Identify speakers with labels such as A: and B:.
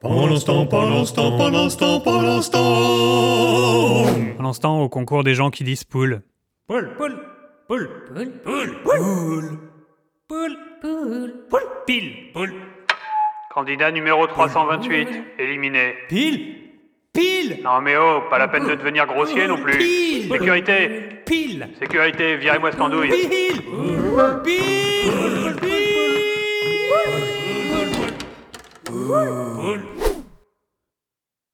A: Pendant l'instant, pendant l'instant, pendant l'instant, pendant l'instant.
B: Pour l'instant, au concours des gens qui disent poule.
C: Poule, poule, poule, poule, poule, poule, poule, poule, poule, pile, poule,
B: Candidat numéro 328, éliminé.
C: pile, pile,
B: Non mais oh, pas la peine de devenir grossier non plus.
C: Pile.
B: Sécurité,
C: pile,
B: sécurité, virez-moi ce candouille.
C: pile, pile, pile.